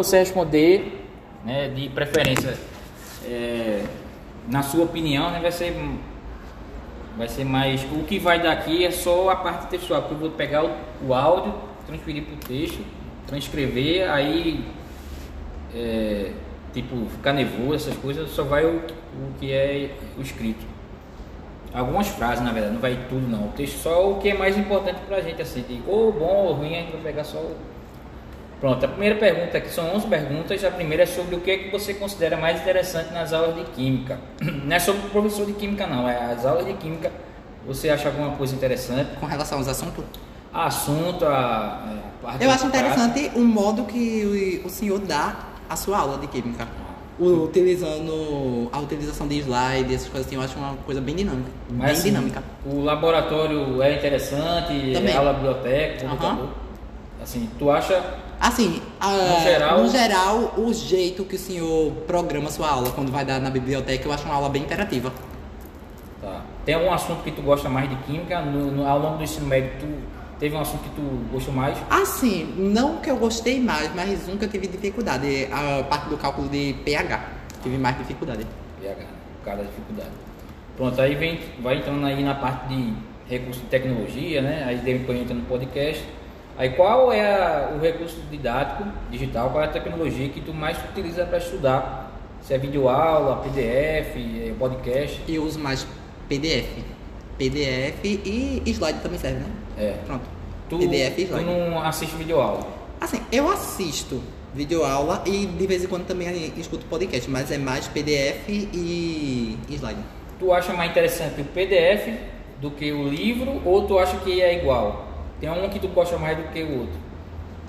você responder, né, de preferência, é, na sua opinião, né, vai ser vai ser mais o que vai daqui é só a parte textual, porque eu vou pegar o, o áudio, transferir para o texto, transcrever, aí é, tipo ficar nervoso, essas coisas, só vai o, o que é o escrito. Algumas frases, na verdade, não vai tudo não. O texto só o que é mais importante para a gente, assim, de ou bom ou ruim, a gente vai pegar só o Pronto, a primeira pergunta aqui são 11 perguntas. A primeira é sobre o que, é que você considera mais interessante nas aulas de química. Não é sobre o professor de química, não, é as aulas de química. Você acha alguma coisa interessante? Com relação aos assuntos? Assunto, a, a parte Eu da classe. acho interessante o modo que o- o senhor dá a sua aula de química. O- utilizando a utilização de slide, essas coisas assim, eu acho uma coisa bem dinâmica. Mas, bem assim, dinâmica. O laboratório é interessante, Também. a aula biblioteca, Aham. computador. Assim, tu acha Assim, a- No geral- no geral, o jeito que o senhor programa a sua aula quando vai dar na biblioteca, eu acho uma aula bem interativa. Tá. Tem algum assunto que tu gosta mais de química? No, no- ao longo do ensino médio, tu teve um assunto que tu gostou mais? Assim, não que eu gostei mais, mas um que eu tive dificuldade, a parte do cálculo de pH. Tive mais dificuldade. PH, né? por causa da dificuldade. Pronto, aí vem, vai entrando aí na parte de recurso de tecnologia, né? Aí depois entra no podcast. Aí qual é a- o recurso didático digital, qual é a tecnologia que tu mais utiliza para estudar? Se é videoaula, PDF, eh, podcast? Eu uso mais PDF. PDF e slide também serve, né? É. Pronto. Tu, PDF e tu slide. não assiste videoaula? Assim, eu assisto videoaula e de vez em quando também escuto podcast, mas é mais PDF e slide. Tu acha mais interessante o PDF do que o livro ou tu acha que é igual? Tem um que tu gosta mais do que o outro.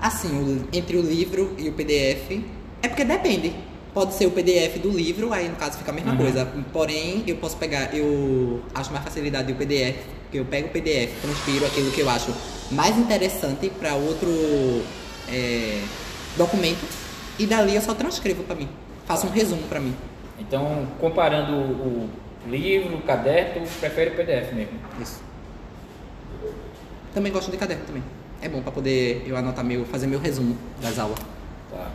Assim, o- entre o livro e o PDF, é porque depende. Pode ser o PDF do livro, aí no caso fica a mesma Uhum. coisa. Porém, eu posso pegar, eu acho mais facilidade o PDF, porque eu pego o PDF, transfiro aquilo que eu acho mais interessante para outro é, documento e dali eu só transcrevo para mim. Faço um resumo para mim. Então, comparando o o livro, o caderno, tu prefere o PDF mesmo. Isso. Também gosto de caderno também. É bom para poder eu anotar meu, fazer meu resumo das aulas. Tá.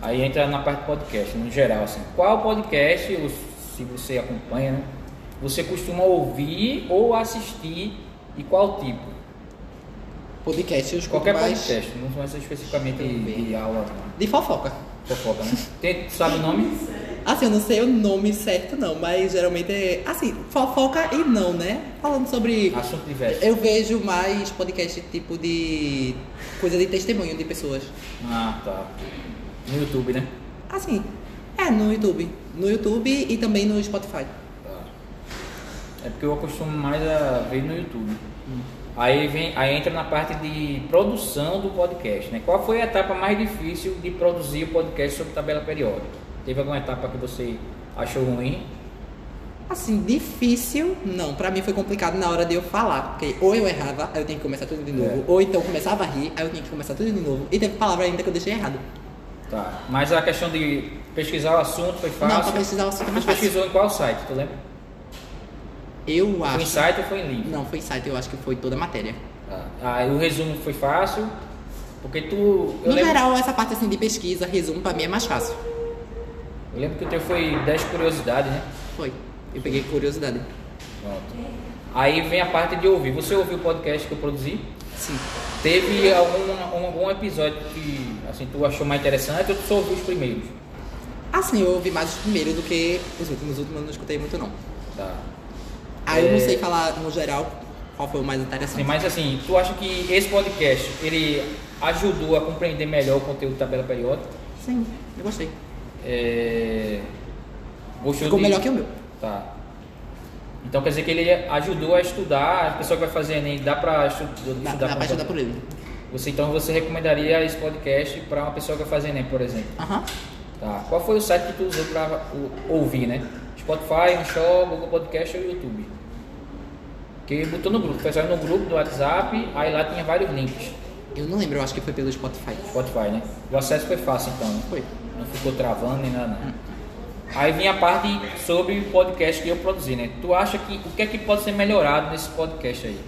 Aí entra na parte do podcast, no geral, assim. Qual podcast, ou se você acompanha, né, você costuma ouvir ou assistir e qual tipo? Podcast, eu escuto Qualquer mais podcast, não vai ser especificamente de, de aula, não. de fofoca. fofoca, né? Tem, tu sabe o nome? Assim, eu não sei o nome certo não, mas geralmente é assim, fofoca e não, né? Falando sobre. Assunto diverso. Eu vejo mais podcast tipo de coisa de testemunho de pessoas. Ah, tá. No YouTube, né? Assim, é no YouTube. No YouTube e também no Spotify. Tá. É porque eu acostumo mais a ver no YouTube. Hum. Aí, vem, aí entra na parte de produção do podcast, né? Qual foi a etapa mais difícil de produzir o podcast sobre tabela periódica? Teve alguma etapa que você achou ruim? Assim, difícil, não. Pra mim foi complicado na hora de eu falar. Porque ou eu errava, aí eu tinha que começar tudo de É. novo. Ou então começava a rir, aí eu tinha que começar tudo de novo. E teve palavra ainda que eu deixei errado. Tá. Mas a questão de pesquisar o assunto foi fácil? Não, pra pesquisar o assunto é mais Tu fácil. pesquisou em qual site, tu lembra? Eu Foi um em acho. site ou foi em livro? Não, foi site, eu acho que foi toda a matéria. Tá. Aí o resumo foi fácil? Porque tu... eu No lembro- geral, essa parte assim de pesquisa, resumo, pra mim é mais fácil. Eu lembro que o teu foi 10 curiosidades, né? Foi. Eu peguei curiosidade. Pronto. Aí vem a parte de ouvir. Você ouviu o podcast que eu produzi? Sim. Teve algum, algum episódio que assim, tu achou mais interessante ou tu só ouviu os primeiros? Assim, eu ouvi mais os primeiros do que os últimos. Os últimos eu não escutei muito, não. Tá. Aí eu não É. sei falar, no geral, qual foi o mais Assim, interessante. mas assim, tu acha que esse podcast, ele ajudou a compreender melhor o conteúdo da tabela periódica? Sim, eu gostei. É... Gostou Ficou de- melhor que o meu. Tá. Então quer dizer que ele ajudou a estudar, a pessoa que vai fazer Enem, dá pra estu- Dá, estudar... dá com- pra estudar por ele. Você, então você recomendaria esse podcast para uma pessoa que vai fazer Enem, por exemplo? Aham. Tá. Qual foi o site que tu usou pra o- ouvir, né? Spotify, Anchor, Google Podcast ou YouTube? Que botou no grupo, o pessoal no grupo do WhatsApp, aí lá tinha vários links. Eu não lembro, eu acho que foi pelo Spotify. Spotify, né? O acesso foi fácil então, né? Foi. Não ficou travando nem nada. não. Aí vinha a parte sobre o podcast que eu produzi, né? Tu acha que o que é que pode ser melhorado nesse podcast aí?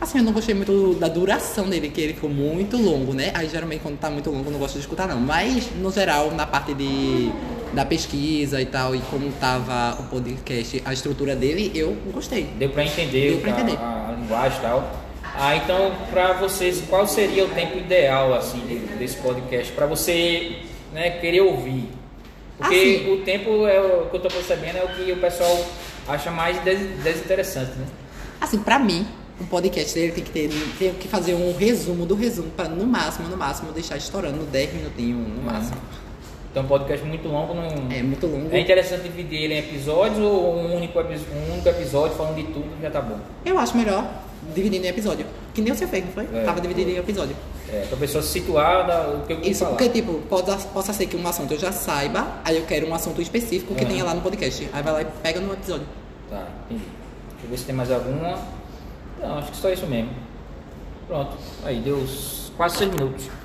Assim, eu não gostei muito da duração dele, que ele ficou muito longo, né? Aí geralmente quando tá muito longo eu não gosto de escutar não. Mas, no geral, na parte de, da pesquisa e tal, e como tava o podcast, a estrutura dele, eu gostei. Deu pra entender, Deu pra a- entender. A, a linguagem e tal. Ah, então, pra vocês, qual seria o tempo ideal, assim, de- desse podcast? Pra você, né, querer ouvir. Porque Assim. o tempo, é o que eu tô percebendo, é o que o pessoal acha mais des- desinteressante, né? Assim, pra mim, um podcast dele tem que ter tem que fazer um resumo do resumo pra no máximo, no máximo, deixar estourando 10 minutinhos no máximo. Então, um podcast muito longo não... É muito longo. É interessante dividir ele em episódios ou um único, epi- um único episódio falando de tudo já tá bom? Eu acho melhor dividindo em episódio. Que nem você fez, não foi? É. Tava dividindo em episódio. É, pra pessoa se situar da, o que eu vou Isso, falar. porque, tipo, pode, possa ser que um assunto eu já saiba, aí eu quero um assunto específico que Aham. tenha lá no podcast. Aí vai lá e pega no episódio. Tá, entendi. Deixa eu ver se tem mais alguma. Não, acho que só isso mesmo. Pronto. Aí, deu uns quase seis minutos.